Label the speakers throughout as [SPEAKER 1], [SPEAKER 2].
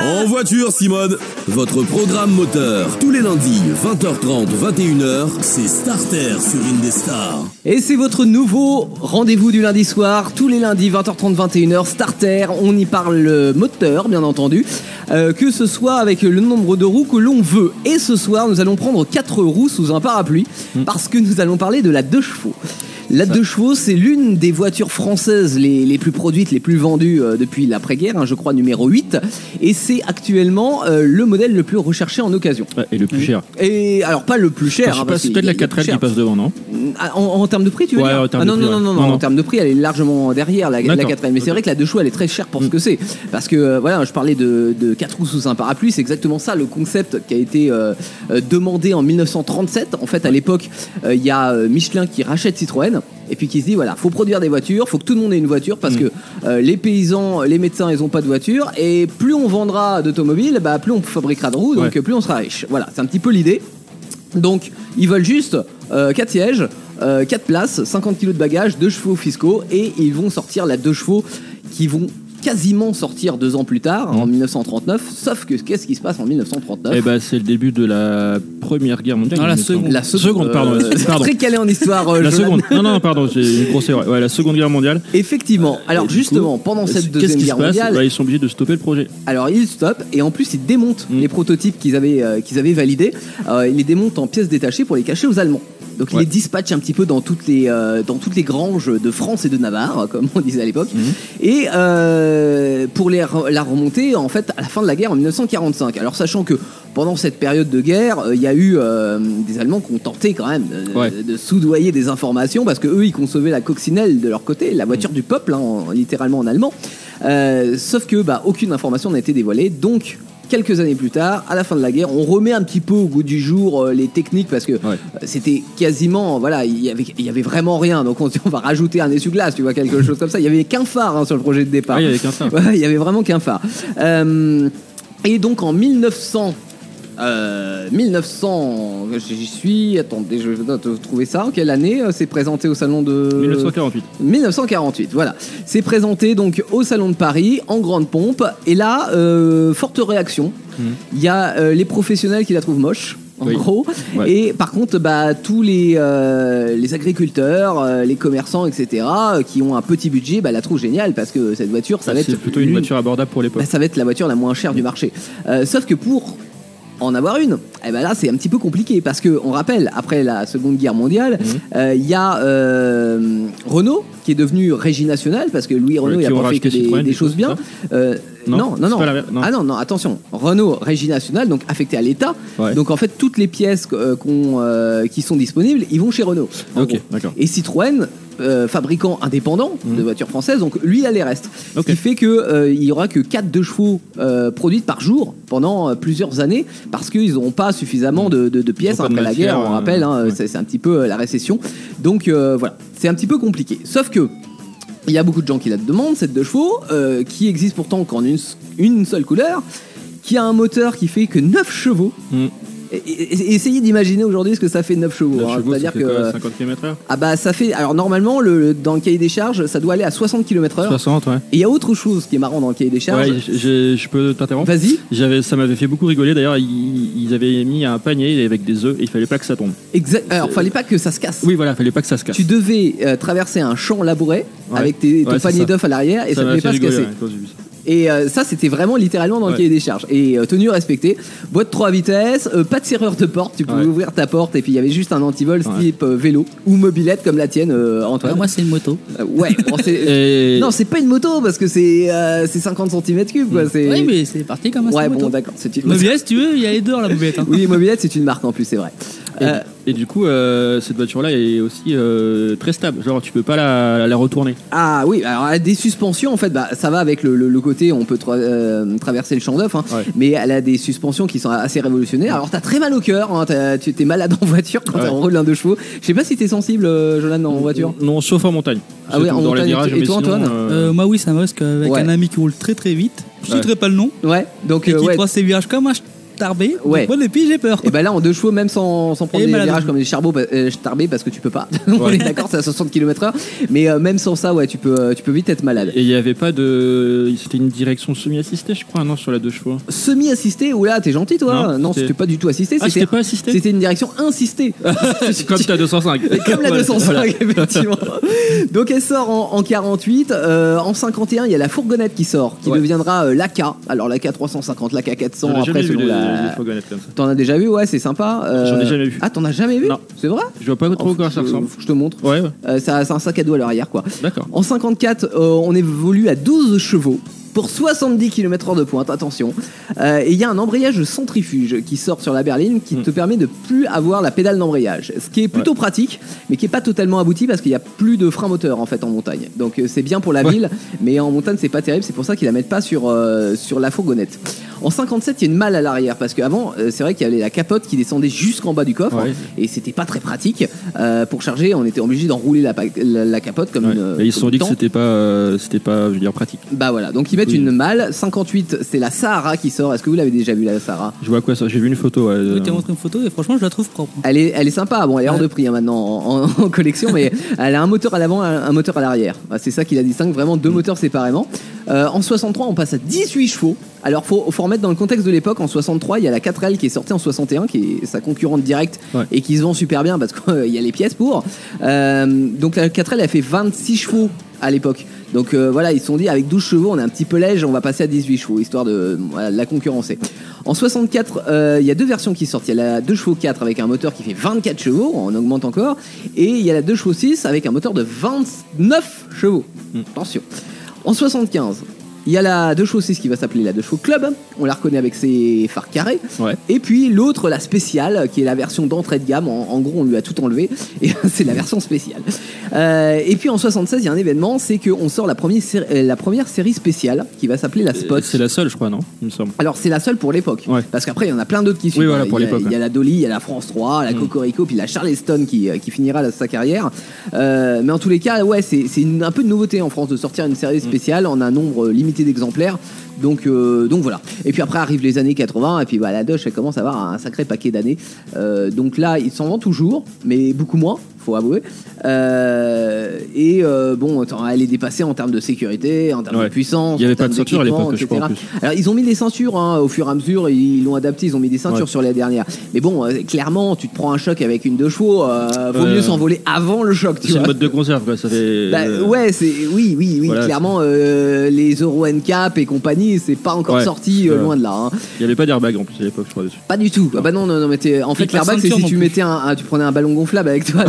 [SPEAKER 1] En voiture, Simone Votre programme moteur, tous les lundis, 20h30, 21h, c'est Starter sur Indestar.
[SPEAKER 2] Et c'est votre nouveau rendez-vous du lundi soir, tous les lundis 20h30 21h, Starter, on y parle euh, moteur bien entendu, euh, que ce soit avec le nombre de roues que l'on veut. Et ce soir nous allons prendre 4 roues sous un parapluie,
[SPEAKER 3] Hmm.
[SPEAKER 2] parce que nous allons parler de la 2 chevaux. La 2 chevaux c'est l'une des voitures françaises les, les plus produites, les plus vendues euh, depuis l'après-guerre, hein, je crois numéro 8, et c'est actuellement euh, le modèle le plus recherché en occasion.
[SPEAKER 3] Ouais, et le plus cher.
[SPEAKER 2] Et alors Ah, pas le plus cher,
[SPEAKER 3] je
[SPEAKER 2] hein,
[SPEAKER 3] sais pas,
[SPEAKER 2] parce
[SPEAKER 3] Ah, bah, c'est
[SPEAKER 2] qu'il
[SPEAKER 3] peut-être
[SPEAKER 2] y a-
[SPEAKER 3] la
[SPEAKER 2] il y a plus
[SPEAKER 3] 4L qui
[SPEAKER 2] cher.
[SPEAKER 3] passe devant, non
[SPEAKER 2] Ah, En, en termes de prix, tu veux
[SPEAKER 3] Ouais,
[SPEAKER 2] dire
[SPEAKER 3] en termes
[SPEAKER 2] Ah
[SPEAKER 3] de
[SPEAKER 2] non,
[SPEAKER 3] prix,
[SPEAKER 2] non, non,
[SPEAKER 3] ouais.
[SPEAKER 2] non,
[SPEAKER 3] Non,
[SPEAKER 2] en
[SPEAKER 3] non.
[SPEAKER 2] termes de prix, elle est largement derrière la, la
[SPEAKER 3] D'accord. Mm.
[SPEAKER 2] 4 Mais c'est vrai que la 2 chevaux, elle est très chère pour ce que c'est. Parce que, euh, voilà, je parlais de, de 4 roues sous un parapluie, c'est exactement ça le concept qui a été euh, euh, demandé en 1937. En fait, à l'époque, euh, il y a euh, Michelin qui rachète Citroën. Et puis qui se dit voilà faut produire des voitures faut que tout le monde ait une voiture parce
[SPEAKER 3] Mm.
[SPEAKER 2] que euh, les paysans les médecins ils ont pas de voiture et plus on vendra d'automobiles bah plus on fabriquera de roues donc
[SPEAKER 3] Ouais.
[SPEAKER 2] plus on sera riche voilà c'est un petit peu l'idée donc, ils veulent juste 4 sièges, 4 places, 50 kilos de bagages, 2 chevaux fiscaux, et ils vont sortir la 2 chevaux qui vont quasiment sortir deux ans plus tard, en 1939, sauf que qu'est-ce qui se passe en 1939
[SPEAKER 3] Mmh. Eh ben, c'est le début de la première guerre mondiale.
[SPEAKER 4] Ah, la
[SPEAKER 3] il me semble.
[SPEAKER 4] seconde.
[SPEAKER 2] La seconde,
[SPEAKER 3] Seconde, pardon.
[SPEAKER 2] euh,
[SPEAKER 3] Pardon.
[SPEAKER 2] Très calé en histoire, euh,
[SPEAKER 3] La
[SPEAKER 2] Jonathan.
[SPEAKER 3] seconde. Non, non, pardon, j'ai une grosse erreur. Ouais, la seconde guerre mondiale.
[SPEAKER 2] Effectivement.
[SPEAKER 3] Et
[SPEAKER 2] Alors
[SPEAKER 3] du
[SPEAKER 2] justement,
[SPEAKER 3] coup,
[SPEAKER 2] pendant cette
[SPEAKER 3] Qu'est-ce
[SPEAKER 2] deuxième
[SPEAKER 3] qui se
[SPEAKER 2] guerre
[SPEAKER 3] passe
[SPEAKER 2] mondiale,
[SPEAKER 3] Bah, Ils sont obligés de stopper le projet.
[SPEAKER 2] Alors ils stoppent et en plus ils démontent
[SPEAKER 3] Mm.
[SPEAKER 2] les prototypes qu'ils avaient, euh, qu'ils avaient validés. Euh, ils les démontent en pièces détachées pour les cacher aux Allemands. Donc ils
[SPEAKER 3] Ouais.
[SPEAKER 2] les dispatchent un petit peu dans toutes les euh, dans toutes les granges de France et de Navarre, euh, comme on disait à l'époque.
[SPEAKER 3] Mm.
[SPEAKER 2] Et euh, pour les re- la remonter en fait à la fin de la guerre en 1945. Alors sachant que pendant cette période de guerre, euh, il y a eu euh, des Allemands qui ont tenté quand même euh, de,
[SPEAKER 3] Ouais.
[SPEAKER 2] de soudoyer des informations parce que eux ils concevaient la coccinelle de leur côté, la voiture du peuple, hein, en- littéralement en allemand. Euh, sauf que bah, aucune information n'a été dévoilée, donc quelques années plus tard, à la fin de la guerre, on remet un petit peu au goût du jour euh, les techniques parce que euh, c'était quasiment voilà, il y avait il y avait vraiment rien, donc on, se dit, on va rajouter un essuie-glace, tu vois quelque chose comme ça. Il y avait qu'un phare hein, sur le projet de départ.
[SPEAKER 3] Ah, il y avait qu'un phare.
[SPEAKER 2] Ouais, il y avait vraiment qu'un phare. Euh, et donc en 1900 euh, 1900, j'y suis, attendez, je dois te trouver ça. Quelle année euh, c'est présenté au salon de
[SPEAKER 3] 1948.
[SPEAKER 2] 1948, voilà. C'est présenté donc au Salon de Paris en grande pompe. Et là, euh, forte réaction. Il y a euh, les professionnels qui la trouvent moche. En
[SPEAKER 3] Mmh. Oui.
[SPEAKER 2] gros.
[SPEAKER 3] Ouais.
[SPEAKER 2] Et par contre, bah, tous les, euh, les agriculteurs, euh, les commerçants, etc., euh, qui ont un petit budget, bah, la trouvent géniale parce que cette voiture, ça va être
[SPEAKER 3] Bah, C'est plutôt une
[SPEAKER 2] l'une-
[SPEAKER 3] voiture abordable pour l'époque.
[SPEAKER 2] bah, ça va être la voiture la moins chère du marché. Euh, sauf que pour en avoir une, eh ben là c'est un petit peu compliqué parce que on rappelle après la Seconde Guerre mondiale,
[SPEAKER 3] Mhm.
[SPEAKER 2] euh, il y a euh, Renault qui est devenu régie nationale parce que Louis Renault
[SPEAKER 3] qui
[SPEAKER 2] il a
[SPEAKER 3] ont
[SPEAKER 2] pas fait que
[SPEAKER 3] racheté
[SPEAKER 2] des,
[SPEAKER 3] Citroën,
[SPEAKER 2] des
[SPEAKER 3] du coup,
[SPEAKER 2] choses
[SPEAKER 3] c'est
[SPEAKER 2] bien.
[SPEAKER 3] ça
[SPEAKER 2] Euh,
[SPEAKER 3] Non,
[SPEAKER 2] non, non,
[SPEAKER 3] c'est
[SPEAKER 2] non.
[SPEAKER 3] pas la- non.
[SPEAKER 2] Ah non, non, attention. Renault, régie nationale, donc affectée à l'État.
[SPEAKER 3] Ouais.
[SPEAKER 2] Donc en fait, toutes les pièces euh, qu'on, euh, qui sont disponibles, ils vont chez Renault. en
[SPEAKER 3] Ok,
[SPEAKER 2] gros.
[SPEAKER 3] d'accord.
[SPEAKER 2] Ah
[SPEAKER 3] Mhm.
[SPEAKER 2] Et Citroën, euh, fabricant indépendant de voitures françaises, donc lui il a les restes.
[SPEAKER 3] Ok.
[SPEAKER 2] Ce qui fait que euh, il y aura que 4 deux chevaux euh, produites par jour pendant euh, plusieurs années parce qu'ils n'auront pas suffisamment de, de- de pièces
[SPEAKER 3] Mhm. pas de
[SPEAKER 2] après la
[SPEAKER 3] matière,
[SPEAKER 2] guerre. On
[SPEAKER 3] euh,
[SPEAKER 2] rappelle, hein,
[SPEAKER 3] ouais.
[SPEAKER 2] c'est c'est un petit peu euh, la récession. Donc euh, voilà, c'est un petit peu compliqué. Sauf que il y a beaucoup de gens qui la demandent, cette deux chevaux, euh, qui existe pourtant qu'en une, une seule couleur, qui a un moteur qui fait que 9 chevaux.
[SPEAKER 3] Mm.
[SPEAKER 2] Et- et- et- essayez d'imaginer aujourd'hui ce que ça fait 9 chevaux.
[SPEAKER 3] La
[SPEAKER 2] hein.
[SPEAKER 3] chevaux, ça
[SPEAKER 2] C'est-à-dire
[SPEAKER 3] fait
[SPEAKER 2] que.
[SPEAKER 3] quoi, 50 km/h
[SPEAKER 2] Ah bah ça fait alors normalement le, dans le cahier des charges ça doit aller à 60 km/h
[SPEAKER 3] 60, ouais.
[SPEAKER 2] et il y a autre chose qui est marrant dans le cahier des charges.
[SPEAKER 3] Ouais, j'ai- je peux t'interrompre
[SPEAKER 2] Vas-y,
[SPEAKER 3] J'avais, ça m'avait fait beaucoup rigoler. D'ailleurs, ils, ils avaient mis un panier avec des œufs et il fallait pas que ça tombe.
[SPEAKER 2] exact. Alors fallait pas que ça se casse.
[SPEAKER 3] Oui, voilà, il fallait pas que ça se casse.
[SPEAKER 2] Tu devais euh, traverser un champ labouré
[SPEAKER 3] Ouais.
[SPEAKER 2] avec tes, ton
[SPEAKER 3] Ouais, c'est
[SPEAKER 2] panier
[SPEAKER 3] ça.
[SPEAKER 2] d'œufs à l'arrière et ça, ne
[SPEAKER 3] m'a
[SPEAKER 2] devait
[SPEAKER 3] fait
[SPEAKER 2] pas se
[SPEAKER 3] rigoler,
[SPEAKER 2] casser.
[SPEAKER 3] ouais, quand j'ai vu ça.
[SPEAKER 2] Et euh, ça, c'était vraiment littéralement dans le
[SPEAKER 3] Ouais.
[SPEAKER 2] cahier des charges. Et euh, tenue respectée, boîte 3 vitesses, euh, pas de serrure de porte, tu pouvais
[SPEAKER 3] Ouais.
[SPEAKER 2] ouvrir ta porte et puis il y avait juste un antivol
[SPEAKER 3] Ouais.
[SPEAKER 2] type euh, vélo ou mobilette comme la tienne, euh, Antoine.
[SPEAKER 4] Ouais, moi, c'est une moto.
[SPEAKER 2] Euh, ouais, bon, c'est-
[SPEAKER 3] Et-
[SPEAKER 2] non, c'est pas une moto parce que c'est euh, c'est 50 cm3
[SPEAKER 3] Mm.
[SPEAKER 2] quoi. c'est-
[SPEAKER 4] Oui, mais c'est parti comme un
[SPEAKER 2] Ouais,
[SPEAKER 4] c'est une
[SPEAKER 2] bon,
[SPEAKER 4] moto.
[SPEAKER 2] d'accord, c'est une mobilette.
[SPEAKER 4] Mobilette, si tu veux, il y a les deux dans la mobilette. hein.
[SPEAKER 2] Oui, mobilette, c'est une marque en plus, c'est vrai.
[SPEAKER 3] Et,
[SPEAKER 2] Euh,
[SPEAKER 3] et du coup, euh, cette voiture-là est aussi euh, très stable. Genre, tu peux pas la, la retourner.
[SPEAKER 2] Ah oui, alors elle a des suspensions en fait, bah, ça va avec le, le- le côté on peut tra- euh, traverser le champ d'œuf, hein,
[SPEAKER 3] Ouais.
[SPEAKER 2] mais elle a des suspensions qui sont assez révolutionnaires. Alors t'as très mal au cœur, hein, t'as- tu t'es malade en voiture quand
[SPEAKER 3] Ouais.
[SPEAKER 2] t'es en roule un deux chevaux. Je sais pas si t'es sensible, euh, Jolan, en voiture.
[SPEAKER 3] Non, sauf en montagne.
[SPEAKER 2] Ah
[SPEAKER 3] C'est
[SPEAKER 2] ouais,
[SPEAKER 3] tout,
[SPEAKER 2] en
[SPEAKER 3] dans
[SPEAKER 2] montagne,
[SPEAKER 3] les virages,
[SPEAKER 2] et
[SPEAKER 3] mais
[SPEAKER 2] toi,
[SPEAKER 3] sinon,
[SPEAKER 2] Antoine
[SPEAKER 3] euh,
[SPEAKER 4] Euh, moi, oui, ça me risque avec
[SPEAKER 2] Ouais.
[SPEAKER 4] un ami qui roule très très vite. Je
[SPEAKER 3] Ouais.
[SPEAKER 4] citerai pas le nom.
[SPEAKER 2] Ouais, donc
[SPEAKER 4] Et
[SPEAKER 2] euh,
[SPEAKER 4] qui
[SPEAKER 2] ouais,
[SPEAKER 4] croise ses virages comme un ch- starbé.
[SPEAKER 2] Ouais.
[SPEAKER 4] Moi, depuis, j'ai peur.
[SPEAKER 2] Et ben là, en deux chevaux, même sans, sans prendre
[SPEAKER 4] Et
[SPEAKER 2] des
[SPEAKER 4] malade.
[SPEAKER 2] virages comme des charbons euh, starbés, parce que tu peux pas. On est d'accord, c'est à 60 km/h. Mais euh, même sans ça, ouais, tu peux, euh, tu peux vite être malade.
[SPEAKER 3] Et il n'y avait pas de. C'était une direction semi-assistée, je crois, non, sur la deux chevaux.
[SPEAKER 2] Semi-assisté, ou là, t'es gentil, toi.
[SPEAKER 3] Non,
[SPEAKER 2] Non,
[SPEAKER 3] c'était-
[SPEAKER 2] c'était pas du tout assisté.
[SPEAKER 3] Ah, c'était pas assisté
[SPEAKER 2] C'était une direction insistée.
[SPEAKER 3] Comme ta 205.
[SPEAKER 2] Comme la
[SPEAKER 3] Voilà.
[SPEAKER 2] 205, effectivement. Donc elle sort en, en 48. euh, en 51, il y a la fourgonnette qui sort, qui
[SPEAKER 3] Ouais.
[SPEAKER 2] deviendra euh, l'AK. Alors l'AK 350, l'AK 400,
[SPEAKER 3] J'en ai
[SPEAKER 2] après
[SPEAKER 3] jamais vu
[SPEAKER 2] selon
[SPEAKER 3] des,
[SPEAKER 2] la...
[SPEAKER 3] des fourgonnettes comme ça.
[SPEAKER 2] T'en as déjà vu, ouais, c'est sympa. euh,
[SPEAKER 3] J'en ai jamais vu.
[SPEAKER 2] Ah, t'en as jamais vu
[SPEAKER 3] Non.
[SPEAKER 2] C'est vrai Oh,
[SPEAKER 3] Je vois pas trop à quoi ça
[SPEAKER 2] Faut-
[SPEAKER 3] ressemble.
[SPEAKER 2] faut que Je te montre.
[SPEAKER 3] Ouais, ouais,
[SPEAKER 2] Euh, ça- c'est un sac à dos à l'arrière, quoi.
[SPEAKER 3] d'accord.
[SPEAKER 2] En 54, euh, on évolue à 12 chevaux pour 70 km/h de pointe, attention. Euh, et il y a un embrayage centrifuge qui sort sur la berline qui
[SPEAKER 3] Mm.
[SPEAKER 2] te permet de plus avoir la pédale d'embrayage. Ce qui est plutôt pratique, mais qui n'est pas totalement abouti parce qu'il n'y a plus de frein moteur en fait en montagne. Donc euh, c'est bien pour la
[SPEAKER 3] Ouais.
[SPEAKER 2] ville, mais en montagne c'est pas terrible, c'est pour ça qu'ils la mettent pas sur, euh, sur la fourgonnette. En 57, il y a une malle à l'arrière parce qu'avant, euh, c'est vrai qu'il y avait la capote qui descendait jusqu'en bas du coffre
[SPEAKER 3] Ouais.
[SPEAKER 2] et c'était pas très pratique. Euh, pour charger, on était obligé d'enrouler la, pa- la- la capote comme
[SPEAKER 3] Ouais.
[SPEAKER 2] une.
[SPEAKER 3] Et ils se
[SPEAKER 2] comme
[SPEAKER 3] sont
[SPEAKER 2] une
[SPEAKER 3] dit que
[SPEAKER 2] tente.
[SPEAKER 3] c'était pas, euh, c'était pas, je veux dire, pratique.
[SPEAKER 2] Bah voilà, donc ils mettent
[SPEAKER 3] Oui.
[SPEAKER 2] une malle. 58, c'est la Sahara qui sort. Est-ce que vous l'avez déjà vu la Sahara
[SPEAKER 3] Je vois quoi ça J'ai vu une photo. ouais,
[SPEAKER 4] Je
[SPEAKER 3] euh,
[SPEAKER 4] t'ai montré une photo et franchement, je la trouve propre.
[SPEAKER 2] elle est, elle est sympa, bon elle est hors
[SPEAKER 4] Ouais.
[SPEAKER 2] de prix hein, maintenant en, en- en collection, mais elle a un moteur à l'avant, un un moteur à l'arrière. Bah, c'est ça qui la distingue, vraiment
[SPEAKER 3] Mm.
[SPEAKER 2] deux moteurs séparément. Euh, en 63, on passe à 18 chevaux. Alors faut, faut remettre dans le contexte de l'époque, en 63, il y a la 4L qui est sortie en 61, qui est sa concurrente directe
[SPEAKER 3] Ouais.
[SPEAKER 2] et qui se vend super bien parce qu'il y a les pièces pour. Euh, donc la 4L a fait 26 chevaux à l'époque. Donc euh, voilà, ils se sont dit avec 12 chevaux, on est un petit peu léger, on va passer à 18 chevaux, histoire de, voilà, de la concurrencer. En 64, euh, il y a deux versions qui sortent. Il y a la 2 chevaux 4 avec un moteur qui fait 24 chevaux, on augmente encore. Et il y a la 2 chevaux 6 avec un moteur de 29 chevaux. Attention. En 75, il y a la 2 chevaux 6 qui va s'appeler la 2 chevaux club. On la reconnaît avec ses phares carrés.
[SPEAKER 3] Ouais.
[SPEAKER 2] Et puis l'autre, la spéciale, qui est la version d'entrée de gamme. En, en gros, on lui a tout enlevé. Et c'est la version spéciale. Euh, et puis en 76, il y a un événement c'est qu'on sort la première, série- euh, la première série spéciale qui va s'appeler la Spot.
[SPEAKER 3] C'est la seule, je crois, non Il me semble.
[SPEAKER 2] Alors c'est la seule pour l'époque.
[SPEAKER 3] Ouais.
[SPEAKER 2] Parce qu'après il y en a plein d'autres qui suivent.
[SPEAKER 3] voilà,
[SPEAKER 2] Il
[SPEAKER 3] pour
[SPEAKER 2] y a-
[SPEAKER 3] l'époque, Mm.
[SPEAKER 2] Il y a la Dolly, il y a la France 3, la Cocorico, puis la Charleston qui, euh, qui finira la- sa carrière. Euh, mais en tous les cas, ouais, c'est c'est une- un peu de nouveauté en France de sortir une
[SPEAKER 3] Mm.
[SPEAKER 2] série spéciale en un nombre limité d'exemplaires. Donc, euh, donc voilà. Et puis après arrivent les années 80 et puis bah, la Doche elle commence à avoir un sacré paquet d'années. Euh, donc là il s'en vend toujours, mais beaucoup moins. Faut avouer. Euh, et euh, bon, attends, elle est dépassée en termes de sécurité, en termes
[SPEAKER 3] Ouais.
[SPEAKER 2] de puissance.
[SPEAKER 3] Il y avait
[SPEAKER 2] en
[SPEAKER 3] pas de
[SPEAKER 2] termes
[SPEAKER 3] ceinture à
[SPEAKER 2] d'équipement,
[SPEAKER 3] l'époque, je crois, en
[SPEAKER 2] etc. Alors ils ont mis des ceintures hein, au fur et à mesure, ils l'ont adapté, ils ont mis des ceintures
[SPEAKER 3] Ouais.
[SPEAKER 2] sur les dernières. Mais bon, euh, clairement, tu te prends un choc avec une deux chevaux, euh, vaut
[SPEAKER 3] Euh,
[SPEAKER 2] mieux s'envoler avant le choc, tu
[SPEAKER 3] C'est le
[SPEAKER 2] vois.
[SPEAKER 3] mode de conserve, quoi. Ça fait.
[SPEAKER 2] Bah,
[SPEAKER 3] euh,
[SPEAKER 2] ouais, c'est oui, oui, oui.
[SPEAKER 3] Voilà,
[SPEAKER 2] clairement, euh, les Euro NCAP et compagnie, c'est pas encore
[SPEAKER 3] Ouais,
[SPEAKER 2] sorti euh,
[SPEAKER 3] voilà.
[SPEAKER 2] loin de là. hein.
[SPEAKER 3] Il n'y avait pas d'airbag en plus à l'époque, je crois, dessus.
[SPEAKER 2] Pas du tout. Ah bah non, non, non, mais t'es- en
[SPEAKER 4] a
[SPEAKER 2] fait,
[SPEAKER 4] pas de
[SPEAKER 2] l'airbag, c'est si
[SPEAKER 4] ceinture
[SPEAKER 2] tu
[SPEAKER 4] non
[SPEAKER 2] mettais un, un- tu prenais un ballon gonflable avec toi.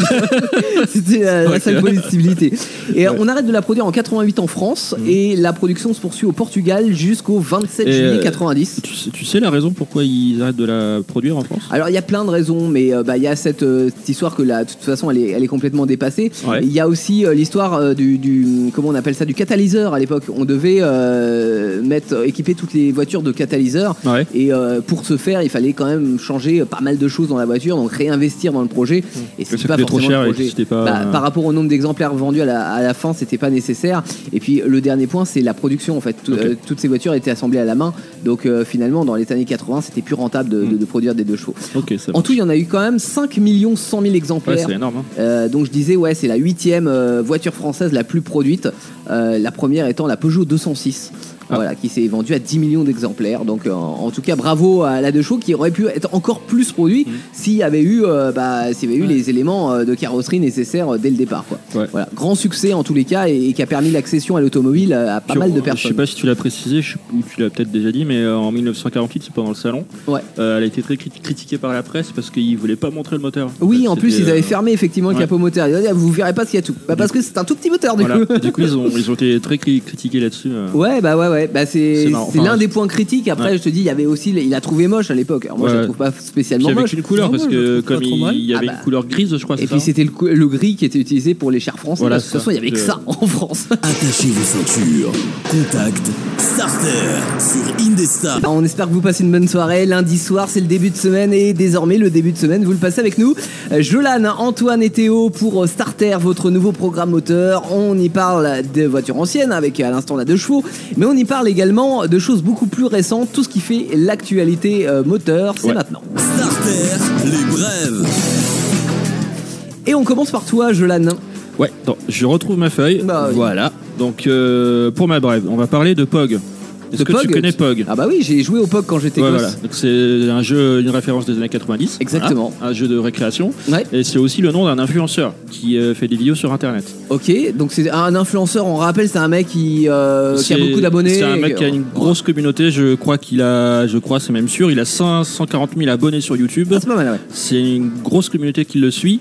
[SPEAKER 2] C'était la, la seule possibilité. Et euh, on arrête de la produire en 88 en France et la production se poursuit au Portugal jusqu'au 27
[SPEAKER 3] Mm. Et,
[SPEAKER 2] juillet
[SPEAKER 3] euh,
[SPEAKER 2] 90.
[SPEAKER 3] Tu sais, tu sais la raison pourquoi ils arrêtent de la produire en France
[SPEAKER 2] Alors il y a plein de raisons, mais euh, bah, il y a cette, euh, cette histoire que là, de toute façon, elle est, elle est complètement dépassée.
[SPEAKER 3] Ouais.
[SPEAKER 2] Il y a aussi euh, l'histoire euh, du, du- comment on appelle ça, du catalyseur à l'époque. On devait euh, mettre, euh, équiper toutes les voitures de catalyseur.
[SPEAKER 3] Ouais.
[SPEAKER 2] Et euh, pour ce faire, il fallait quand même changer pas mal de choses dans la voiture, donc réinvestir dans le projet. Et
[SPEAKER 3] Mmh. Ça
[SPEAKER 2] c'est pas
[SPEAKER 3] coûtait trop
[SPEAKER 2] forcément
[SPEAKER 3] cher
[SPEAKER 2] le
[SPEAKER 3] et
[SPEAKER 2] projet.
[SPEAKER 3] c'était pas-
[SPEAKER 2] Bah, par rapport au nombre d'exemplaires vendus à la, à la fin, c'était pas nécessaire. Et puis le dernier point, c'est la production. En fait, Tout-
[SPEAKER 3] Ok.
[SPEAKER 2] euh, toutes ces voitures étaient assemblées à la main, donc euh, finalement, dans les années 80, c'était plus rentable de, de- de produire des deux chevaux.
[SPEAKER 3] Ok, Hmm. ça
[SPEAKER 2] En
[SPEAKER 3] marche.
[SPEAKER 2] tout, il y en a eu quand même 5 millions 100 000
[SPEAKER 3] Ouais,
[SPEAKER 2] exemplaires.
[SPEAKER 3] c'est énorme. hein.
[SPEAKER 2] Euh, donc je disais, ouais, c'est la huitième euh, voiture française la plus produite, euh, la première étant la Peugeot 206.
[SPEAKER 3] Ah.
[SPEAKER 2] Voilà, qui s'est vendue à 10 millions d'exemplaires. Donc, euh, en, en tout cas, bravo à la Dechaux qui aurait pu être encore plus produit
[SPEAKER 3] Mm.
[SPEAKER 2] s'il y avait eu, euh, bah, s'il y avait eu les éléments euh, de carrosserie nécessaires euh, dès le départ. Quoi.
[SPEAKER 3] Ouais.
[SPEAKER 2] Voilà, grand succès en tous les cas et, et qui a permis l'accession à l'automobile euh, à pas
[SPEAKER 3] Puis,
[SPEAKER 2] mal de
[SPEAKER 3] euh, Je sais
[SPEAKER 2] personnes.
[SPEAKER 3] pas si tu l'as précisé je- ou tu l'as peut-être déjà dit, mais euh, en 1948, c'est pendant le salon,
[SPEAKER 2] Ouais.
[SPEAKER 3] euh, elle a été très crit- critiquée par la presse parce qu'ils voulaient pas montrer le moteur.
[SPEAKER 2] Oui, en
[SPEAKER 3] C'était,
[SPEAKER 2] plus, ils avaient
[SPEAKER 3] euh,
[SPEAKER 2] fermé effectivement le
[SPEAKER 3] ouais.
[SPEAKER 2] capot moteur. Ils ont dit, ah, vous verrez pas ce qu'il y a tout. Bah, parce que c'est un tout petit moteur du
[SPEAKER 3] voilà.
[SPEAKER 2] coup.
[SPEAKER 3] du coup, ils ont, ils ont été très cri- critiqués là-dessus. euh.
[SPEAKER 2] Ouais, bah ouais, ouais. Bah, c'est
[SPEAKER 3] C'est marrant.
[SPEAKER 2] c'est
[SPEAKER 3] Enfin,
[SPEAKER 2] l'un
[SPEAKER 3] je-
[SPEAKER 2] des points critiques. Après,
[SPEAKER 3] Ouais.
[SPEAKER 2] je te dis, il y avait aussi, les- il a trouvé moche à l'époque. Alors, moi,
[SPEAKER 3] Ouais,
[SPEAKER 2] je la
[SPEAKER 3] ouais.
[SPEAKER 2] trouve pas
[SPEAKER 3] Puis
[SPEAKER 2] spécialement
[SPEAKER 3] avec
[SPEAKER 2] moche.
[SPEAKER 3] une couleur,
[SPEAKER 4] Non,
[SPEAKER 3] parce
[SPEAKER 4] moi, je
[SPEAKER 3] que
[SPEAKER 4] trouve pas
[SPEAKER 3] comme
[SPEAKER 4] trop
[SPEAKER 3] il
[SPEAKER 4] mal.
[SPEAKER 3] il y avait
[SPEAKER 2] Ah bah.
[SPEAKER 3] une couleur grise, je crois,
[SPEAKER 2] Et
[SPEAKER 3] c'est ça
[SPEAKER 2] puis, c'était le, cou- le gris qui était utilisé pour les chars français.
[SPEAKER 3] Voilà,
[SPEAKER 2] parce que de toute façon,
[SPEAKER 3] ça.
[SPEAKER 2] il y avait que
[SPEAKER 3] Je-
[SPEAKER 2] ça en France.
[SPEAKER 1] Attachez vos ceintures. Contact Starter sur Indestar.
[SPEAKER 2] On espère que vous passez une bonne soirée. Lundi soir, c'est le début de semaine et désormais le début de semaine, vous le passez avec nous. Euh, Jolan, Antoine et Théo pour euh, Starter, votre nouveau programme moteur. On y parle de voitures anciennes avec à l'instant la deux chevaux, mais on y parle également de choses beaucoup plus récentes, tout ce qui fait l'actualité euh, moteur, c'est
[SPEAKER 3] Ouais.
[SPEAKER 2] maintenant.
[SPEAKER 1] Starter, les brèves.
[SPEAKER 2] Et on commence par toi, Jolan.
[SPEAKER 3] Ouais, attends, je retrouve ma feuille.
[SPEAKER 2] Bah oui.
[SPEAKER 3] voilà. Donc, euh, pour ma brève, on va parler de Pog.
[SPEAKER 2] De
[SPEAKER 3] Est-ce que tu
[SPEAKER 2] Pog,
[SPEAKER 3] connais Pog
[SPEAKER 2] Ah bah oui, j'ai joué au POC quand j'étais
[SPEAKER 3] Ouais,
[SPEAKER 2] gosse.
[SPEAKER 3] voilà. Donc, C'est un jeu, une référence des années 90.
[SPEAKER 2] Exactement.
[SPEAKER 3] Voilà. Un jeu de récréation.
[SPEAKER 2] Ouais.
[SPEAKER 3] Et c'est aussi le nom d'un influenceur qui euh, fait des vidéos sur Internet.
[SPEAKER 2] Ok, donc c'est un influenceur, on rappelle, c'est un mec qui, euh, qui a
[SPEAKER 3] C'est-
[SPEAKER 2] beaucoup d'abonnés.
[SPEAKER 3] C'est un mec qui a une grosse communauté. Je crois qu'il a, je crois, c'est même sûr, il a 540 000 abonnés sur YouTube.
[SPEAKER 2] Ah, c'est pas mal, ouais.
[SPEAKER 3] C'est une grosse communauté qui le suit.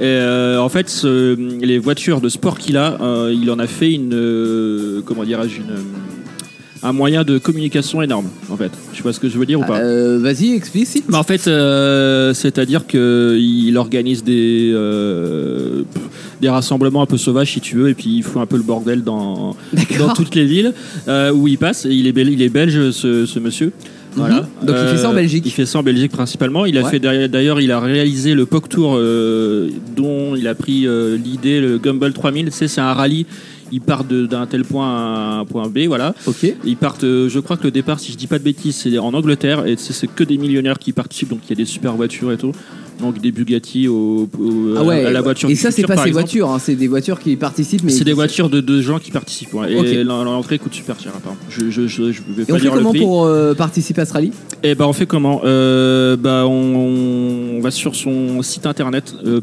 [SPEAKER 3] Et euh, en fait, ce- les voitures de sport qu'il a, euh, il en a fait une, euh, comment dirais-je, une, euh, un moyen de communication énorme. En fait, je sais pas ce que je veux dire ou pas.
[SPEAKER 2] Euh, Vas-y, explicite.
[SPEAKER 3] Bah, en fait, euh, c'est-à-dire qu'il organise des, euh, pff, des rassemblements un peu sauvages, si tu veux, et puis il fout un peu le bordel dans,
[SPEAKER 2] D'accord.
[SPEAKER 3] dans toutes les villes euh, où il passe. Et il, est bel- il est belge, ce, ce monsieur. Voilà.
[SPEAKER 2] Mhm.
[SPEAKER 3] Euh,
[SPEAKER 2] Donc, il fait ça en Belgique.
[SPEAKER 3] Il fait ça en Belgique principalement. Il a
[SPEAKER 2] Ouais.
[SPEAKER 3] fait derrière- d'ailleurs, il a réalisé le POC Tour euh, dont il a pris euh, l'idée, le Gumball 3000. Tu sais, c'est un rallye. Il part de- d'un tel point à un point B, voilà.
[SPEAKER 2] Ok.
[SPEAKER 3] Ils partent, euh, je crois que le départ, si je dis pas de bêtises, c'est en Angleterre et c'est c'est que des millionnaires qui participent, donc il y a des super voitures et tout. Donc des Bugatti au, au-
[SPEAKER 2] Ah ouais,
[SPEAKER 3] à la voiture.
[SPEAKER 2] et
[SPEAKER 3] du
[SPEAKER 2] ça, c'est
[SPEAKER 3] futur,
[SPEAKER 2] pas
[SPEAKER 3] par
[SPEAKER 2] ces
[SPEAKER 3] exemple.
[SPEAKER 2] voitures, hein, c'est des voitures qui participent. mais
[SPEAKER 3] C'est des voitures de deux gens qui participent. ouais. Et
[SPEAKER 2] Ok.
[SPEAKER 3] l'en- l'entrée coûte super cher, apparemment. Je, je, je, je vais
[SPEAKER 2] Et
[SPEAKER 3] pas
[SPEAKER 2] on fait
[SPEAKER 3] dire le
[SPEAKER 2] comment
[SPEAKER 3] prix.
[SPEAKER 2] pour euh, participer à ce rallye
[SPEAKER 3] Et ben on fait comment euh, Bah on, on va sur son site internet euh,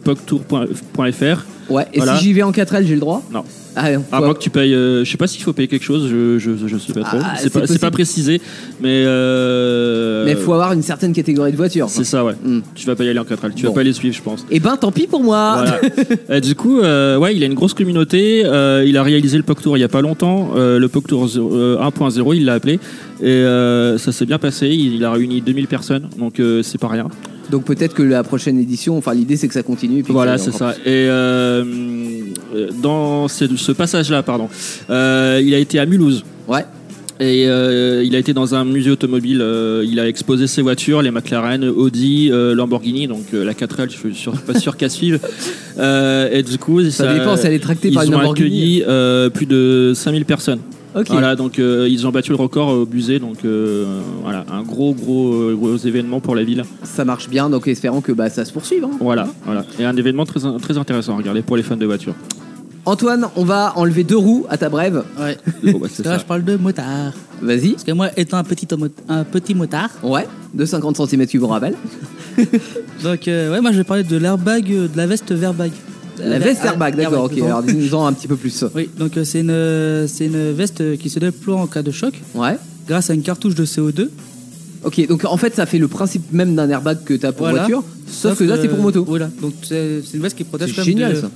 [SPEAKER 3] pogtour.fr.
[SPEAKER 2] Ouais, et
[SPEAKER 3] Voilà.
[SPEAKER 2] si j'y vais en 4L, j'ai le droit
[SPEAKER 3] Non.
[SPEAKER 2] Ah, non,
[SPEAKER 3] À
[SPEAKER 2] quoi.
[SPEAKER 3] moins que tu payes, euh, je sais pas s'il faut payer quelque chose, je, je, je sais pas trop.
[SPEAKER 2] Ah, c'est
[SPEAKER 3] c'est pas, c'est
[SPEAKER 2] possible.
[SPEAKER 3] pas précisé, mais. Euh,
[SPEAKER 2] Mais faut avoir une certaine catégorie de voitures.
[SPEAKER 3] C'est ça, ouais.
[SPEAKER 2] Hmm.
[SPEAKER 3] Tu vas pas y aller en 4L, tu
[SPEAKER 2] Bon.
[SPEAKER 3] vas pas les suivre, je pense.
[SPEAKER 2] Et ben, tant pis pour moi
[SPEAKER 3] Voilà. Euh, du coup, euh, ouais, il a une grosse communauté. euh, il a réalisé le POC Tour il y a pas longtemps. euh, le POC Tour zéro- euh, 1.0, il l'a appelé. Et euh, ça s'est bien passé. Il, il a réuni 2000 personnes, donc euh, c'est pas rien.
[SPEAKER 2] Donc peut-être que la prochaine édition, enfin l'idée c'est que ça continue. et puis que
[SPEAKER 3] Voilà,
[SPEAKER 2] ça
[SPEAKER 3] c'est
[SPEAKER 2] aille encore.
[SPEAKER 3] ça. Et euh, dans ce, ce passage-là, pardon, euh, il a été à Mulhouse.
[SPEAKER 2] Ouais.
[SPEAKER 3] Et euh, il a été dans un musée automobile. euh, il a exposé ses voitures, les McLaren, Audi, euh, Lamborghini, donc euh, la 4L, je suis sûr- pas sûr qu'à suivre. Euh, et du coup, ça,
[SPEAKER 2] dépend si elle est tractée
[SPEAKER 3] ils
[SPEAKER 2] par une
[SPEAKER 3] ont
[SPEAKER 2] Lamborghini.
[SPEAKER 3] accueilli euh, plus de 5000 personnes.
[SPEAKER 2] Ok.
[SPEAKER 3] Voilà, donc euh, ils ont battu le record au musée. Donc euh, voilà, un gros, gros, euh, gros événement pour la ville.
[SPEAKER 2] Ça marche bien, donc espérons que bah, ça se poursuive. hein.
[SPEAKER 3] Voilà, voilà. Et un événement très, très intéressant, regardez, pour les fans de voitures.
[SPEAKER 2] Antoine, on va enlever deux roues à ta brève.
[SPEAKER 4] Ouais.
[SPEAKER 3] Bon, bah, c'est
[SPEAKER 4] Parce que là,
[SPEAKER 3] ça.
[SPEAKER 4] je parle de motard.
[SPEAKER 2] Vas-y.
[SPEAKER 4] Parce que moi, étant un petit, homo- un petit motard,
[SPEAKER 2] Ouais, de 50 cm3, on rappelle.
[SPEAKER 4] donc euh, ouais, moi, je vais parler de l'airbag, euh, de la veste verbag.
[SPEAKER 2] La
[SPEAKER 4] Ah,
[SPEAKER 2] veste airbag, d'accord, ok. Alors dis-nous-en un petit peu plus.
[SPEAKER 4] Oui, donc euh, c'est une, c'est une veste qui se déploie en cas de choc
[SPEAKER 2] Ouais.
[SPEAKER 4] grâce à une cartouche de CO2.
[SPEAKER 2] Ok, donc en fait, ça fait le principe même d'un airbag que t'as pour
[SPEAKER 4] Voilà. euh,
[SPEAKER 2] voiture, sauf que là, c'est pour moto.
[SPEAKER 4] Voilà, donc c'est c'est une veste qui protège
[SPEAKER 2] C'est
[SPEAKER 4] quand même
[SPEAKER 2] génial,
[SPEAKER 4] de-
[SPEAKER 2] ça.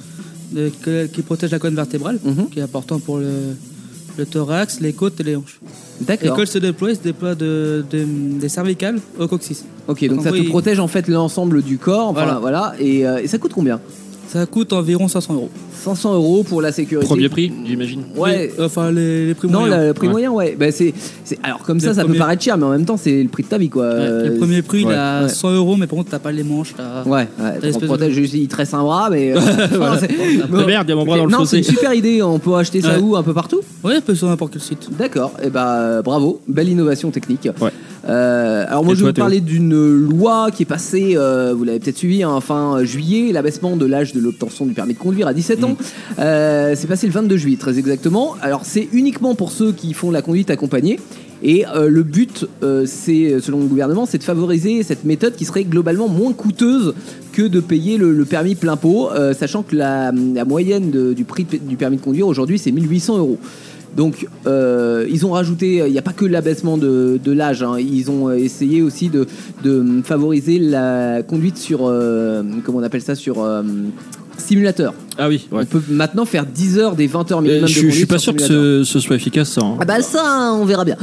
[SPEAKER 4] de- que- qui protège la colonne vertébrale,
[SPEAKER 2] Mhm.
[SPEAKER 4] qui est important pour le, le thorax, les côtes et les hanches. Et
[SPEAKER 2] D'accord.
[SPEAKER 4] quand elle se déploie, elle se déploie de, de- des cervicales au coccyx.
[SPEAKER 2] Ok, donc
[SPEAKER 4] En
[SPEAKER 2] ça
[SPEAKER 4] gros,
[SPEAKER 2] te
[SPEAKER 4] il-
[SPEAKER 2] protège en fait l'ensemble du corps. Voilà, voilà. Et, euh, et ça coûte combien
[SPEAKER 4] Ça coûte environ 500 euros.
[SPEAKER 2] 500 euros pour la sécurité.
[SPEAKER 3] Premier prix, j'imagine.
[SPEAKER 2] Ouais.
[SPEAKER 4] Oui, Euh, enfin, les, les prix
[SPEAKER 2] Non,
[SPEAKER 4] moyens.
[SPEAKER 2] le prix
[SPEAKER 3] Ouais.
[SPEAKER 2] moyen, ouais. Bah, c'est, c'est- Alors, comme ça,
[SPEAKER 4] Le
[SPEAKER 2] ça peut
[SPEAKER 4] premier-
[SPEAKER 2] paraître cher, mais en même temps, c'est le prix de ta vie, quoi.
[SPEAKER 4] Ouais,
[SPEAKER 2] Euh,
[SPEAKER 4] le premier prix, il est
[SPEAKER 3] ouais.
[SPEAKER 4] à
[SPEAKER 2] Ouais.
[SPEAKER 4] 100 euros, mais par contre, t'as pas les manches. t'as-
[SPEAKER 2] Ouais, ouais on
[SPEAKER 4] l'espèce de-
[SPEAKER 2] protège juste, il tresse un bras, mais. euh, enfin, c'est-
[SPEAKER 3] Ah, merde, il y a mon bras dans le
[SPEAKER 2] non, c'est
[SPEAKER 3] fossé.
[SPEAKER 2] une super idée, on peut acheter ça
[SPEAKER 4] Ouais.
[SPEAKER 2] où Un peu partout
[SPEAKER 4] Ouais, peut sur n'importe quel site.
[SPEAKER 2] D'accord, et bah euh, bravo, belle innovation technique.
[SPEAKER 3] Ouais.
[SPEAKER 2] Euh, alors, moi,
[SPEAKER 3] Et
[SPEAKER 2] je
[SPEAKER 3] toi,
[SPEAKER 2] vais vous
[SPEAKER 3] Théo
[SPEAKER 2] parler d'une loi qui est passée, euh, vous l'avez peut-être suivi, hein, fin juillet, l'abaissement de l'âge de l'obtention du permis de conduire à 17 ans.
[SPEAKER 3] Mm.
[SPEAKER 2] Euh, c'est passé le 22 juillet, très exactement. Alors, c'est uniquement pour ceux qui font la conduite accompagnée. Et euh, le but, euh, c'est, selon le gouvernement, c'est de favoriser cette méthode qui serait globalement moins coûteuse que de payer le, le permis plein pot, euh, sachant que la, la moyenne de- du prix de- du permis de conduire aujourd'hui, c'est 1800 euros. Donc, euh, ils ont rajouté, il n'y a pas que l'abaissement de, de l'âge, hein. ils ont euh, essayé aussi de, de favoriser la conduite sur, euh, comment on appelle ça, sur euh, simulateur.
[SPEAKER 3] Ah oui, ouais.
[SPEAKER 2] On peut maintenant faire 10 heures des 20 heures
[SPEAKER 3] Euh,
[SPEAKER 2] minimum de
[SPEAKER 3] je, je
[SPEAKER 2] conduite
[SPEAKER 3] suis pas
[SPEAKER 2] sur
[SPEAKER 3] sûr que
[SPEAKER 2] simulateur.
[SPEAKER 3] ce, ce soit efficace, ça. hein.
[SPEAKER 2] Ah bah ça, on verra bien.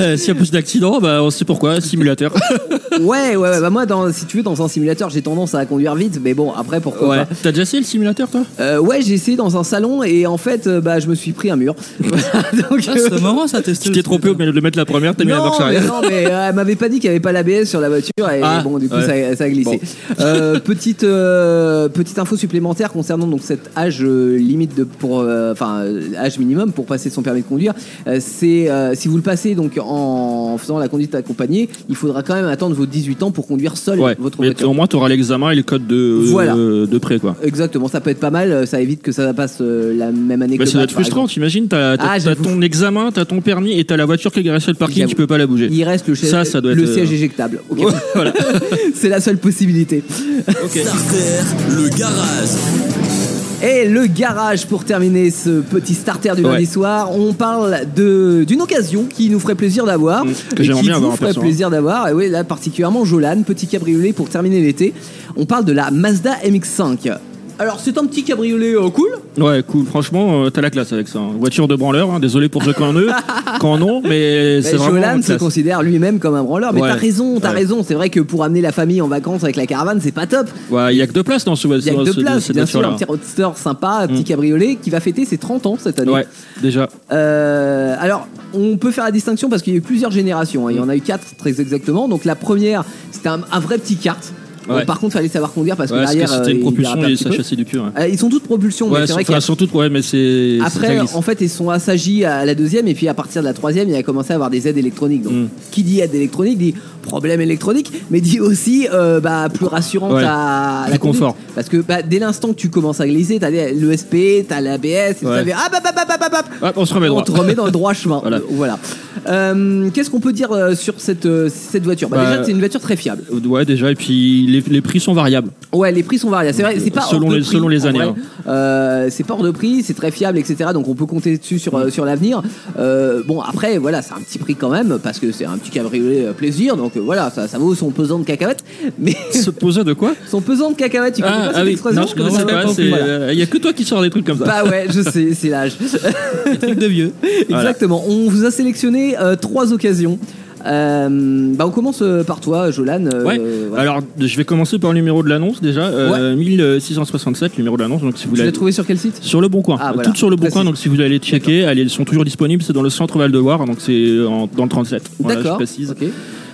[SPEAKER 3] Euh, S'il y a plus d'accidents, bah, on sait pourquoi, simulateur.
[SPEAKER 2] ouais, ouais, ouais, bah moi, dans, si tu veux, dans un simulateur, j'ai tendance à conduire vite, mais bon, après, pourquoi
[SPEAKER 3] ouais.
[SPEAKER 2] pas.
[SPEAKER 3] T'as déjà essayé le simulateur, toi
[SPEAKER 2] Euh, ouais, j'ai essayé dans un salon et en fait, euh, bah, je me suis pris un mur. Donc,
[SPEAKER 4] Ah,
[SPEAKER 2] euh,
[SPEAKER 4] c'est marrant ça, tester.
[SPEAKER 3] Tu t'es trompé au milieu de mettre la première, t'as mis la
[SPEAKER 2] non,
[SPEAKER 3] marche
[SPEAKER 2] mais
[SPEAKER 3] arrière.
[SPEAKER 2] non, mais euh, elle m'avait pas dit qu'il n'y avait pas l'ABS sur la voiture et
[SPEAKER 3] Ah,
[SPEAKER 2] bon, du coup,
[SPEAKER 3] ouais.
[SPEAKER 2] ça, ça a glissé.
[SPEAKER 3] Bon.
[SPEAKER 2] Euh, petite, euh, petite info supplémentaire commentaires concernant donc cet âge euh, limite de pour euh, enfin euh, âge minimum pour passer son permis de conduire, euh, c'est euh, si vous le passez donc en faisant la conduite accompagnée, il faudra quand même attendre vos 18 ans pour conduire seul
[SPEAKER 3] Ouais.
[SPEAKER 2] votre
[SPEAKER 3] Mais
[SPEAKER 2] voiture.
[SPEAKER 3] au moins, tu auras l'examen et le code de,
[SPEAKER 2] Voilà.
[SPEAKER 3] euh, de près, quoi.
[SPEAKER 2] Exactement, ça peut être pas mal, euh, ça évite que ça passe euh, la même année
[SPEAKER 3] Bah,
[SPEAKER 2] que le
[SPEAKER 3] ça doit
[SPEAKER 2] bac,
[SPEAKER 3] être
[SPEAKER 2] par
[SPEAKER 3] frustrant, t'imagines, t'as t'as-
[SPEAKER 2] Ah,
[SPEAKER 3] t'as
[SPEAKER 2] j'avoue.
[SPEAKER 3] ton examen, t'as ton permis et t'as la voiture qui est garée sur le parking, tu
[SPEAKER 2] J'avoue.
[SPEAKER 3] peux pas la bouger.
[SPEAKER 2] exemple. Il reste le, siège-
[SPEAKER 3] Ça, ça doit
[SPEAKER 2] le
[SPEAKER 3] être, euh,
[SPEAKER 2] siège éjectable. Ok.
[SPEAKER 3] voilà.
[SPEAKER 2] c'est la seule possibilité.
[SPEAKER 1] Starter, le garage.
[SPEAKER 2] Et le garage pour terminer ce petit starter du
[SPEAKER 3] Ouais.
[SPEAKER 2] lundi soir. On parle de- d'une occasion qui nous ferait plaisir d'avoir.
[SPEAKER 3] Mmh, que
[SPEAKER 2] et
[SPEAKER 3] j'aimerais
[SPEAKER 2] qui
[SPEAKER 3] bien avoir,
[SPEAKER 2] vous
[SPEAKER 3] en
[SPEAKER 2] ferait
[SPEAKER 3] perso, hein.
[SPEAKER 2] plaisir d'avoir. Et oui, là particulièrement Jolan, petit cabriolet pour terminer l'été. On parle de la Mazda MX5. Alors c'est un petit cabriolet euh, cool.
[SPEAKER 3] Ouais, cool. Franchement, euh, t'as la classe avec ça. hein. Voiture de branleur, hein. désolé pour ceux qui en eux, qu'en ont, mais c'est
[SPEAKER 2] Mais
[SPEAKER 3] vraiment la
[SPEAKER 2] Bah, Jolan se
[SPEAKER 3] classe.
[SPEAKER 2] considère lui-même comme un branleur. Mais
[SPEAKER 3] Ouais.
[SPEAKER 2] t'as raison, t'as
[SPEAKER 3] Ouais.
[SPEAKER 2] raison. C'est vrai que pour amener la famille en vacances avec la caravane, c'est pas top.
[SPEAKER 3] Ouais, il y a que deux places dans ce
[SPEAKER 2] Il y a que deux places,
[SPEAKER 3] cette
[SPEAKER 2] bien sûr. Un
[SPEAKER 3] voiture-là.
[SPEAKER 2] petit roadster sympa, un petit
[SPEAKER 3] Mm.
[SPEAKER 2] cabriolet qui va fêter ses 30 ans cette année.
[SPEAKER 3] Ouais, déjà.
[SPEAKER 2] Euh, alors, on peut faire la distinction parce qu'il y a eu plusieurs générations. hein. Il y en a eu quatre très exactement. Donc la première, c'était un, un vrai petit kart. Bon,
[SPEAKER 3] Ouais.
[SPEAKER 2] par contre, fallait savoir conduire parce que
[SPEAKER 3] Ouais, parce que
[SPEAKER 2] derrière, euh,
[SPEAKER 3] c'était une
[SPEAKER 2] il
[SPEAKER 3] propulsion
[SPEAKER 2] dérape un
[SPEAKER 3] et
[SPEAKER 2] petit
[SPEAKER 3] ça
[SPEAKER 2] peu.
[SPEAKER 3] chassait du pur. hein.
[SPEAKER 2] Euh, ils sont toutes propulsions, mais
[SPEAKER 3] Ouais,
[SPEAKER 2] c'est
[SPEAKER 3] sur-
[SPEAKER 2] vrai
[SPEAKER 3] enfin,
[SPEAKER 2] qu'après,
[SPEAKER 3] surtout, ouais, mais c'est. ça glisse.
[SPEAKER 2] en fait, ils sont assagis à la deuxième, et puis à partir de la troisième, il a commencé à avoir des aides électroniques. Donc,
[SPEAKER 3] Mm.
[SPEAKER 2] qui dit aide électronique dit problème électronique, mais dit aussi euh, bah, plus rassurante
[SPEAKER 3] Ouais.
[SPEAKER 2] à la
[SPEAKER 3] Plus confort.
[SPEAKER 2] conduite. Parce que bah, dès l'instant que tu commences à glisser, t'as les- le SP, t'as l'ABS, et tout
[SPEAKER 3] Ouais.
[SPEAKER 2] ça fait ah bah bah bah bah bah, bah.
[SPEAKER 3] Ah, on se remet droit.
[SPEAKER 2] On te remet dans le droit chemin.
[SPEAKER 3] Voilà.
[SPEAKER 2] Euh, voilà. Euh, Qu'est-ce qu'on peut dire euh, sur cette, euh, cette voiture bah,
[SPEAKER 3] Bah,
[SPEAKER 2] Déjà, c'est une voiture très fiable.
[SPEAKER 3] Euh, Ouais, déjà, et puis les, les prix sont variables.
[SPEAKER 2] Ouais, les prix sont variables. C'est vrai, c'est pas
[SPEAKER 3] Selon
[SPEAKER 2] hors de
[SPEAKER 3] les-
[SPEAKER 2] prix,
[SPEAKER 3] selon les
[SPEAKER 2] en
[SPEAKER 3] années,
[SPEAKER 2] vrai.
[SPEAKER 3] hein.
[SPEAKER 2] Euh, c'est pas hors de prix, c'est très fiable, etc. Donc on peut compter dessus sur, euh, sur l'avenir. Euh, bon, après, voilà, c'est un petit prix quand même parce que c'est un petit cabriolet euh, plaisir. Donc euh, voilà, ça, ça vaut son pesant de cacahuètes. Mais
[SPEAKER 3] Se poser de quoi
[SPEAKER 2] son pesant de cacahuètes, tu connais pas
[SPEAKER 3] Ah,
[SPEAKER 2] cette
[SPEAKER 3] ah oui,
[SPEAKER 2] expression
[SPEAKER 3] non, je connaissais
[SPEAKER 2] Voilà.
[SPEAKER 3] pas. c'est-
[SPEAKER 2] Voilà.
[SPEAKER 3] euh, Il y a que toi qui sors des trucs comme ça.
[SPEAKER 2] Bah ouais, je sais, c'est l'âge.
[SPEAKER 4] Truc de vieux.
[SPEAKER 2] Exactement. On vous a sélectionné euh, trois occasions. Euh, bah on commence euh, par toi, Jolan. euh,
[SPEAKER 3] Ouais.
[SPEAKER 2] voilà.
[SPEAKER 3] Alors, je vais commencer par le numéro de l'annonce déjà. Euh, 1667, numéro de l'annonce. Donc, si vous
[SPEAKER 2] tu l'as
[SPEAKER 3] l'avez.
[SPEAKER 2] trouvé sur quel site
[SPEAKER 3] Sur le Bon Coin.
[SPEAKER 2] Ah,
[SPEAKER 3] Euh,
[SPEAKER 2] voilà.
[SPEAKER 3] Toutes sur le Bon
[SPEAKER 2] Précis.
[SPEAKER 3] Coin. Donc, si vous allez checker, allez, elles sont toujours disponibles. C'est dans le centre Val de Loire. Donc, c'est en- dans le 37. Voilà,
[SPEAKER 2] D'accord.
[SPEAKER 3] Je précise.
[SPEAKER 2] Ok.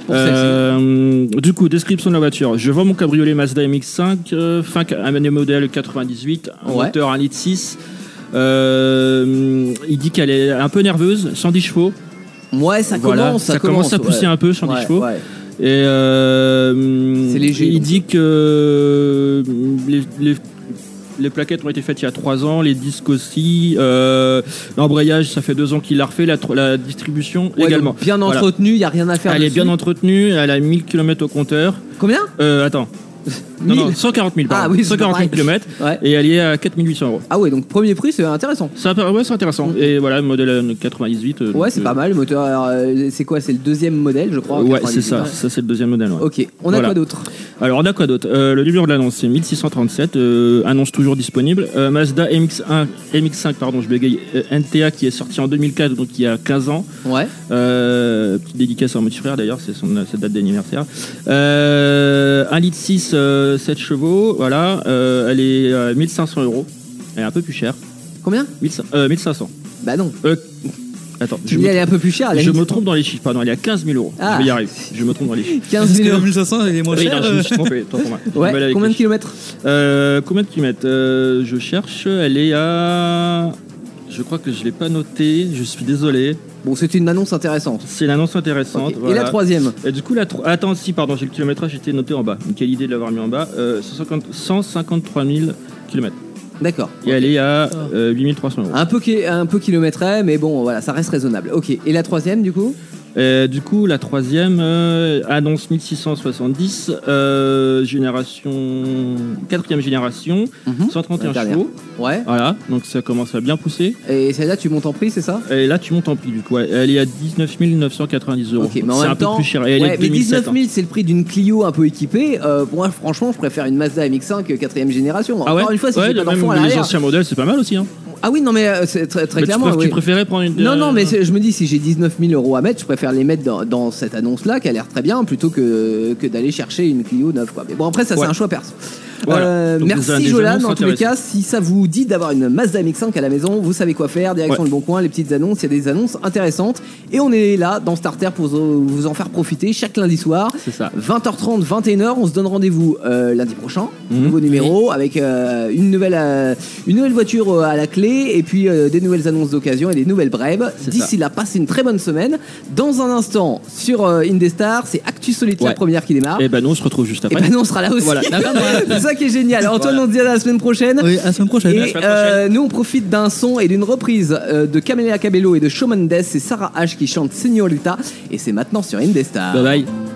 [SPEAKER 2] Pour celle-ci.
[SPEAKER 3] Euh, du coup, description de la voiture. Je vends mon cabriolet Mazda MX-5, euh, fin année modèle 98, un
[SPEAKER 2] Ouais.
[SPEAKER 3] moteur 1.6. Euh, il dit qu'elle est un peu nerveuse, 110 chevaux.
[SPEAKER 2] Ouais, ça
[SPEAKER 3] Voilà,
[SPEAKER 2] commence. Ça,
[SPEAKER 3] ça commence à pousser
[SPEAKER 2] ouais.
[SPEAKER 3] un peu, 110
[SPEAKER 2] Ouais,
[SPEAKER 3] chevaux.
[SPEAKER 2] ouais.
[SPEAKER 3] Et euh,
[SPEAKER 2] C'est léger,
[SPEAKER 3] Il
[SPEAKER 2] donc.
[SPEAKER 3] dit que les, les- les plaquettes ont été faites il y a 3 ans, les disques aussi. euh, L'embrayage, ça fait 2 ans qu'il l'a refait, la, tro- la distribution
[SPEAKER 2] Ouais,
[SPEAKER 3] également.
[SPEAKER 2] donc bien
[SPEAKER 3] Voilà.
[SPEAKER 2] entretenu, il y a rien à faire.
[SPEAKER 3] Elle est
[SPEAKER 2] dessus.
[SPEAKER 3] bien entretenue, elle a 1000 km au compteur.
[SPEAKER 2] Combien
[SPEAKER 3] Euh, attends. Non,
[SPEAKER 2] 1000.
[SPEAKER 3] non, 140 000, pardon.
[SPEAKER 2] Ah oui, c'est
[SPEAKER 3] 140 000
[SPEAKER 2] pareil.
[SPEAKER 3] km
[SPEAKER 2] Ouais.
[SPEAKER 3] et elle est à 4800 euros.
[SPEAKER 2] Ah ouais, donc premier prix, c'est intéressant.
[SPEAKER 3] Ça, ouais, c'est intéressant. Et voilà, modèle euh, 98. euh,
[SPEAKER 2] Ouais,
[SPEAKER 3] donc,
[SPEAKER 2] c'est
[SPEAKER 3] euh,
[SPEAKER 2] pas mal. Moteur, euh, c'est quoi C'est le deuxième modèle, je crois.
[SPEAKER 3] Ouais,
[SPEAKER 2] 98.
[SPEAKER 3] c'est ça. Ça, c'est le deuxième modèle. ouais.
[SPEAKER 2] Ok. On a
[SPEAKER 3] Voilà.
[SPEAKER 2] quoi d'autre
[SPEAKER 3] Alors, on a quoi d'autre Euh, Le numéro de l'annonce, c'est 1637. euh, annonce toujours disponible. Euh, Mazda MX1, MX5, pardon, je bégaye. euh, NTA qui est sorti en 2004, donc il y a 15 ans.
[SPEAKER 2] Ouais.
[SPEAKER 3] Euh, petite dédicace à mon petit frère d'ailleurs, c'est son sa date d'anniversaire. Euh, 1 litre 6, 7 chevaux, voilà, euh, elle est à 1500 euros. Elle est un peu plus chère.
[SPEAKER 2] Combien
[SPEAKER 3] 1500, euh, 1500.
[SPEAKER 2] Bah non.
[SPEAKER 3] Euh, attends, je
[SPEAKER 2] Tu me dis, elle
[SPEAKER 3] me,
[SPEAKER 2] est un peu plus chère. Elle
[SPEAKER 3] je
[SPEAKER 2] est
[SPEAKER 3] me trompe dans les chiffres, pardon, elle est à 15 000 euros.
[SPEAKER 2] Ah.
[SPEAKER 3] Je vais y arriver, je me trompe dans les chiffres.
[SPEAKER 2] 15
[SPEAKER 4] Parce que
[SPEAKER 2] 000
[SPEAKER 4] le
[SPEAKER 2] euros.
[SPEAKER 4] 1500, il est moins
[SPEAKER 3] Oui,
[SPEAKER 4] cher. euh.
[SPEAKER 3] non, je me suis trompé, tant pour moi. J'ai du mal
[SPEAKER 2] euh, Ouais.
[SPEAKER 3] avec
[SPEAKER 2] Combien
[SPEAKER 3] les
[SPEAKER 2] de kilomètres
[SPEAKER 3] chiffres. Euh, Combien de kilomètres Euh, Je cherche, elle est à. Je crois que je l'ai pas noté, je suis désolé.
[SPEAKER 2] Bon, c'était une annonce intéressante.
[SPEAKER 3] C'est une annonce intéressante.
[SPEAKER 2] Ok. Et
[SPEAKER 3] voilà.
[SPEAKER 2] la troisième
[SPEAKER 3] Et Euh, du coup, la tro- Attends, si, pardon, j'ai le kilométrage, était noté en bas. Donc, Quelle idée de l'avoir mis en bas. Euh, 150 153 000 km.
[SPEAKER 2] D'accord.
[SPEAKER 3] Et elle est à euh, 8300 euros.
[SPEAKER 2] Un peu, ki- un peu kilométré, mais bon, voilà, ça reste raisonnable. Ok. Et la troisième, du coup
[SPEAKER 3] Euh, du coup, la troisième, euh, annonce 1670, euh, génération. Quatrième génération,
[SPEAKER 2] Mhm.
[SPEAKER 3] 131
[SPEAKER 2] La dernière.
[SPEAKER 3] chevaux.
[SPEAKER 2] Ouais.
[SPEAKER 3] Voilà, donc ça commence à bien pousser.
[SPEAKER 2] Et celle-là, tu montes en prix, c'est ça
[SPEAKER 3] Et là, tu montes en prix, du coup. ouais. Elle est à 19 990 euros.
[SPEAKER 2] Ok, mais en
[SPEAKER 3] C'est
[SPEAKER 2] même
[SPEAKER 3] un peu
[SPEAKER 2] temps,
[SPEAKER 3] plus cher. Et elle
[SPEAKER 2] ouais,
[SPEAKER 3] est
[SPEAKER 2] mais
[SPEAKER 3] 2007,
[SPEAKER 2] 19 000, c'est le prix d'une Clio un peu équipée. Euh, pour moi, franchement, je préfère une Mazda MX-5 4ème euh, génération.
[SPEAKER 3] Ah
[SPEAKER 2] Encore
[SPEAKER 3] ouais
[SPEAKER 2] une fois, si
[SPEAKER 3] Ouais,
[SPEAKER 2] j'ai pas
[SPEAKER 3] même
[SPEAKER 2] d'enfant à
[SPEAKER 3] les
[SPEAKER 2] l'arrière.
[SPEAKER 3] anciens modèles, c'est pas mal aussi. Hein.
[SPEAKER 2] Ah oui, non, mais euh, c'est très, très
[SPEAKER 3] Mais tu
[SPEAKER 2] clairement.
[SPEAKER 3] préf- tu,
[SPEAKER 2] oui.
[SPEAKER 3] préférais prendre une. euh,
[SPEAKER 2] Non, non, mais c'est- je me dis, si j'ai 19 000 euros à mettre, je préfère les mettre dans, dans cette annonce-là, qui a l'air très bien, plutôt que, que d'aller chercher une Clio neuve. Quoi. Mais bon, après, ça,
[SPEAKER 3] Ouais.
[SPEAKER 2] c'est un choix perso.
[SPEAKER 3] Voilà.
[SPEAKER 2] Euh,
[SPEAKER 3] Donc, des-
[SPEAKER 2] merci
[SPEAKER 3] des
[SPEAKER 2] Jolan,
[SPEAKER 3] annonces
[SPEAKER 2] en tous les cas,
[SPEAKER 3] intéressantes.
[SPEAKER 2] si ça vous dit d'avoir une Mazda MX5 à la maison, vous savez quoi faire, direction
[SPEAKER 3] Ouais.
[SPEAKER 2] le bon coin, les petites annonces, il y a des annonces intéressantes. Et on est là dans Starter pour vous en faire profiter chaque lundi soir.
[SPEAKER 3] C'est ça.
[SPEAKER 2] 20h30, 21h, on se donne rendez-vous euh, lundi prochain, nouveau numéro, avec euh, une, nouvelle, euh, une nouvelle voiture euh, à la clé, et puis euh, des nouvelles annonces d'occasion et des nouvelles brèves.
[SPEAKER 3] C'est
[SPEAKER 2] D'ici là, passez une très bonne semaine. Dans un instant, sur euh, Indestar, c'est Actu Solide, la
[SPEAKER 3] Ouais.
[SPEAKER 2] première qui démarre.
[SPEAKER 3] Et ben nous, on se retrouve juste
[SPEAKER 2] Et
[SPEAKER 3] après.
[SPEAKER 2] ben nous, on sera là aussi.
[SPEAKER 3] Voilà.
[SPEAKER 2] c'est ça qui est génial. Antoine, on se dit à la semaine prochaine.
[SPEAKER 4] Oui, à la semaine prochaine.
[SPEAKER 2] Et euh, nous on profite d'un son et d'une reprise euh, de Camélia Cabello et de Showman Death. C'est Sarah H qui chante Señorita et c'est maintenant sur Indestar.
[SPEAKER 3] Bye bye.